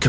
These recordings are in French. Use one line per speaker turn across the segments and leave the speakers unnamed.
Que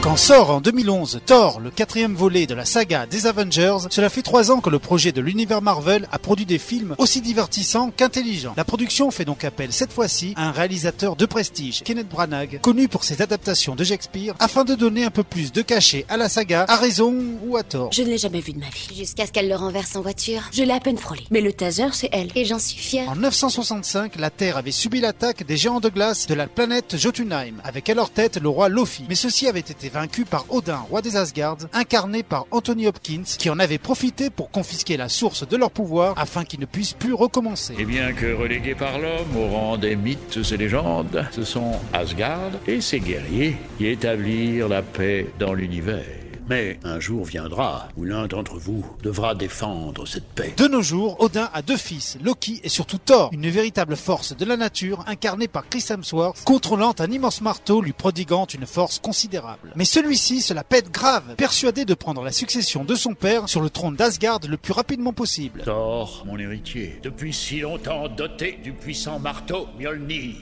Quand sort en 2011 Thor, le quatrième volet de la saga des Avengers, cela fait trois ans que le projet de l'univers Marvel a produit des films aussi divertissants qu'intelligents. La production fait donc appel cette fois-ci à un réalisateur de prestige, Kenneth Branagh, connu pour ses adaptations de Shakespeare, afin de donner un peu plus de cachet à la saga, à raison ou à tort.
Je ne l'ai jamais vu de ma vie. Jusqu'à ce qu'elle le renverse en voiture, je l'ai à peine frôlé. Mais le taser, c'est elle. Et j'en suis fière.
En 965, la Terre avait subi l'attaque des géants de glace de la planète Jotunheim, avec à leur tête le roi Loki. Mais ceux-ci avaient été vaincus par Odin, roi des Asgard, incarné par Anthony Hopkins, qui en avait profité pour confisquer la source de leur pouvoir afin qu'ils ne puissent plus recommencer.
Et bien que relégués par l'homme au rang des mythes et légendes, ce sont Asgard et ses guerriers qui établirent la paix dans l'univers. Mais un jour viendra où l'un d'entre vous devra défendre cette paix.
De nos jours, Odin a deux fils, Loki et surtout Thor, une véritable force de la nature incarnée par Chris Hemsworth, contrôlant un immense marteau lui prodiguant une force considérable. Mais celui-ci se la pète grave, persuadé de prendre la succession de son père sur le trône d'Asgard le plus rapidement possible.
Thor, mon héritier, depuis si longtemps doté du puissant marteau Mjolnir,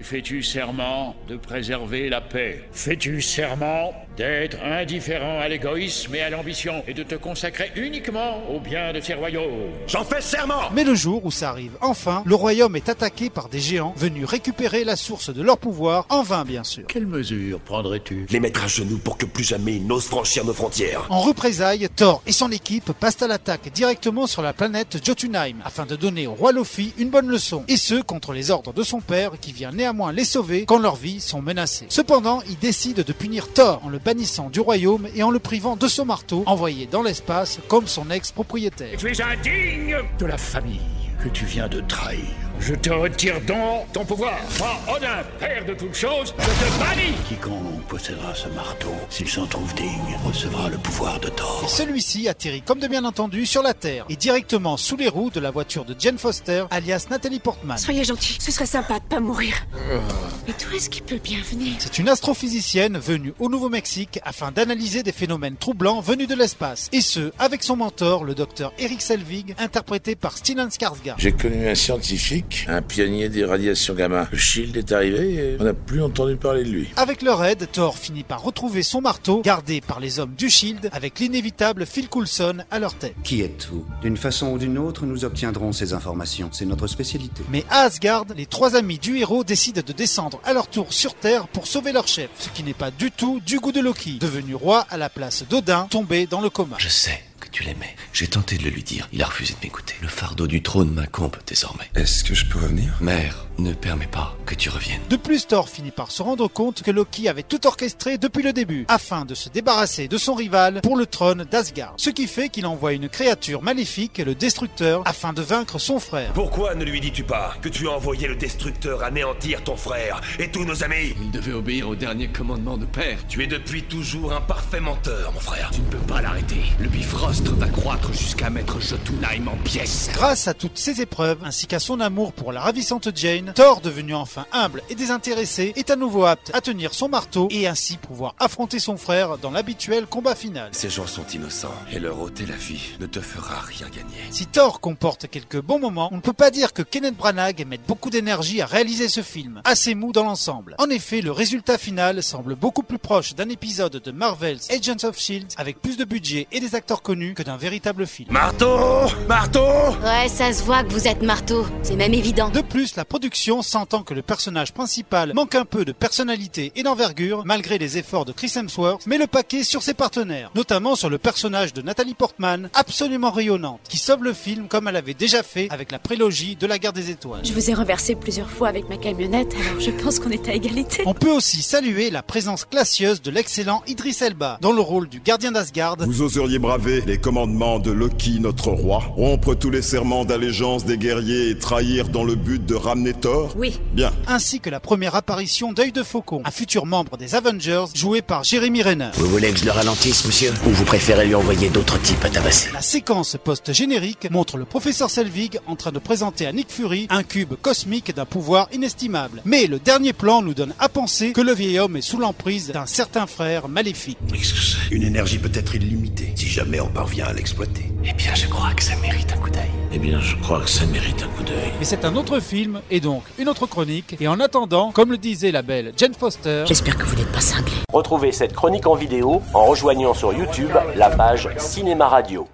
fais-tu serment de préserver la paix Fais-tu serment d'être indifférent à l'égoïsme et à l'ambition et de te consacrer uniquement au bien de ces royaumes
J'en fais serment
Mais le jour où ça arrive enfin, le royaume est attaqué par des géants venus récupérer la source de leur pouvoir, en vain bien sûr.
Quelle mesure prendrais-tu
Les mettre à genoux pour que plus jamais ils n'osent franchir nos frontières.
En représailles, Thor et son équipe passent à l'attaque directement sur la planète Jotunheim afin de donner au roi Lofi une bonne leçon, et ce contre les ordres de son père qui vient néanmoins les sauver quand leurs vies sont menacées. Cependant, il décide de punir Thor en le bannissant du royaume et en le privant de son marteau envoyé dans l'espace comme son ex-propriétaire.
Tu es indigne de la famille que tu viens de trahir. Je te retire donc ton pouvoir. Moi, Odin, père de toutes choses, je te bannis Quiconque possédera ce marteau, s'il s'en trouve digne, recevra le pouvoir de
Et
Thor.
celui-ci atterrit comme de bien entendu sur la Terre et directement sous les roues de la voiture de Jane Foster alias Nathalie Portman.
Soyez gentil, ce serait sympa de pas mourir. Mais d'où est-ce qu'il peut bien venir
C'est une astrophysicienne venue au Nouveau-Mexique afin d'analyser des phénomènes troublants venus de l'espace. Et ce, avec son mentor, le docteur Eric Selvig, interprété par Stellan Skarsgård.
J'ai connu un scientifique, un pionnier des radiations gamma. Le Shield est arrivé et on n'a plus entendu parler de lui.
Avec leur aide, Thor finit par retrouver son marteau, gardé par les hommes du Shield, E avec l'inévitable Phil Coulson à leur tête.
Qui êtes-vous D'une façon ou d'une autre, nous obtiendrons ces informations. C'est notre spécialité.
Mais à Asgard, les trois amis du héros décident de descendre à leur tour sur Terre pour sauver leur chef, ce qui n'est pas du tout du goût de Loki, devenu roi à la place d'Odin, tombé dans le coma.
Je sais que tu l'aimais. J'ai tenté de le lui dire. Il a refusé de m'écouter. Le fardeau du trône m'incombe désormais.
Est-ce que je peux revenir
Mère, ne permets pas que tu reviennes.
De plus, Thor finit par se rendre compte que Loki avait tout orchestré depuis le début, afin de se débarrasser de son rival pour le trône d'Asgard. Ce qui fait qu'il envoie une créature maléfique, le Destructeur, afin de vaincre son frère.
Pourquoi ne lui dis-tu pas que tu as envoyé le destructeur anéantir ton frère et tous nos amis
Il devait obéir au dernier commandement de père.
Tu es depuis toujours un parfait menteur, mon frère.
Tu ne peux pas l'arrêter. Le Bifrost va croître jusqu'à mettre Jotunheim en pièces.
Grâce à toutes ces épreuves, ainsi qu'à son amour pour la ravissante Jane, Thor, devenu enfin humble et désintéressé, est à nouveau apte à tenir son marteau et ainsi pouvoir affronter son frère dans l'habituel combat final.
Ces gens sont innocents et leur ôter la vie ne te fera rien gagner.
Si Thor comporte quelques bons moments, on ne peut pas dire que Kenneth Branagh mette beaucoup d'énergie à réaliser ce film, assez mou dans l'ensemble. En effet, le résultat final E semble beaucoup plus proche d'un épisode de Marvel's Agents of Shield avec plus de budget et des acteurs connus que d'un véritable film.
Marteau Marteau
Ouais, ça se voit que vous êtes marteau. C'est même évident.
De plus, la production sentant que le personnage principal manque un peu de personnalité et d'envergure, malgré les efforts de Chris Hemsworth, met le paquet sur ses partenaires, notamment sur le personnage de Nathalie Portman, absolument rayonnante, qui sauve le film comme elle avait déjà fait avec la prélogie de la guerre des étoiles.
Je vous ai renversé plusieurs fois avec ma camionnette, alors je pense qu'on est à égalité.
On peut aussi saluer la présence classieuse de l'excellent Idris Elba, dans le rôle du gardien d'Asgard,
Vous oseriez braver les commandements de Loki, notre roi, rompre tous les serments d'allégeance des guerriers et trahir dans le but de ramener Thor
Oui.
Bien.
ainsi que la première apparition d'œil de faucon, un futur membre des Avengers, joué par Jeremy Renner.
Vous voulez que je le ralentisse, monsieur Ou vous préférez lui envoyer d'autres types à tabasser
La séquence post-générique montre le professeur Selvig en train de présenter à Nick Fury un cube cosmique d'un pouvoir inestimable. Mais le dernier plan nous donne à penser que le vieil homme est sous l'emprise d'un certain frère maléfique.
Une énergie peut-être illimitée, si jamais on parvient à l'exploiter.
Eh bien, je crois que ça mérite un coup d'œil.
Eh bien, je crois que ça mérite un coup d'œil.
Mais c'est un autre film et donc une autre chronique. Et en attendant, comme le disait la belle Jane Foster,
J'espère que vous n'êtes pas cinglé. Retrouvez cette chronique en vidéo en rejoignant sur YouTube la page Cinéma Radio.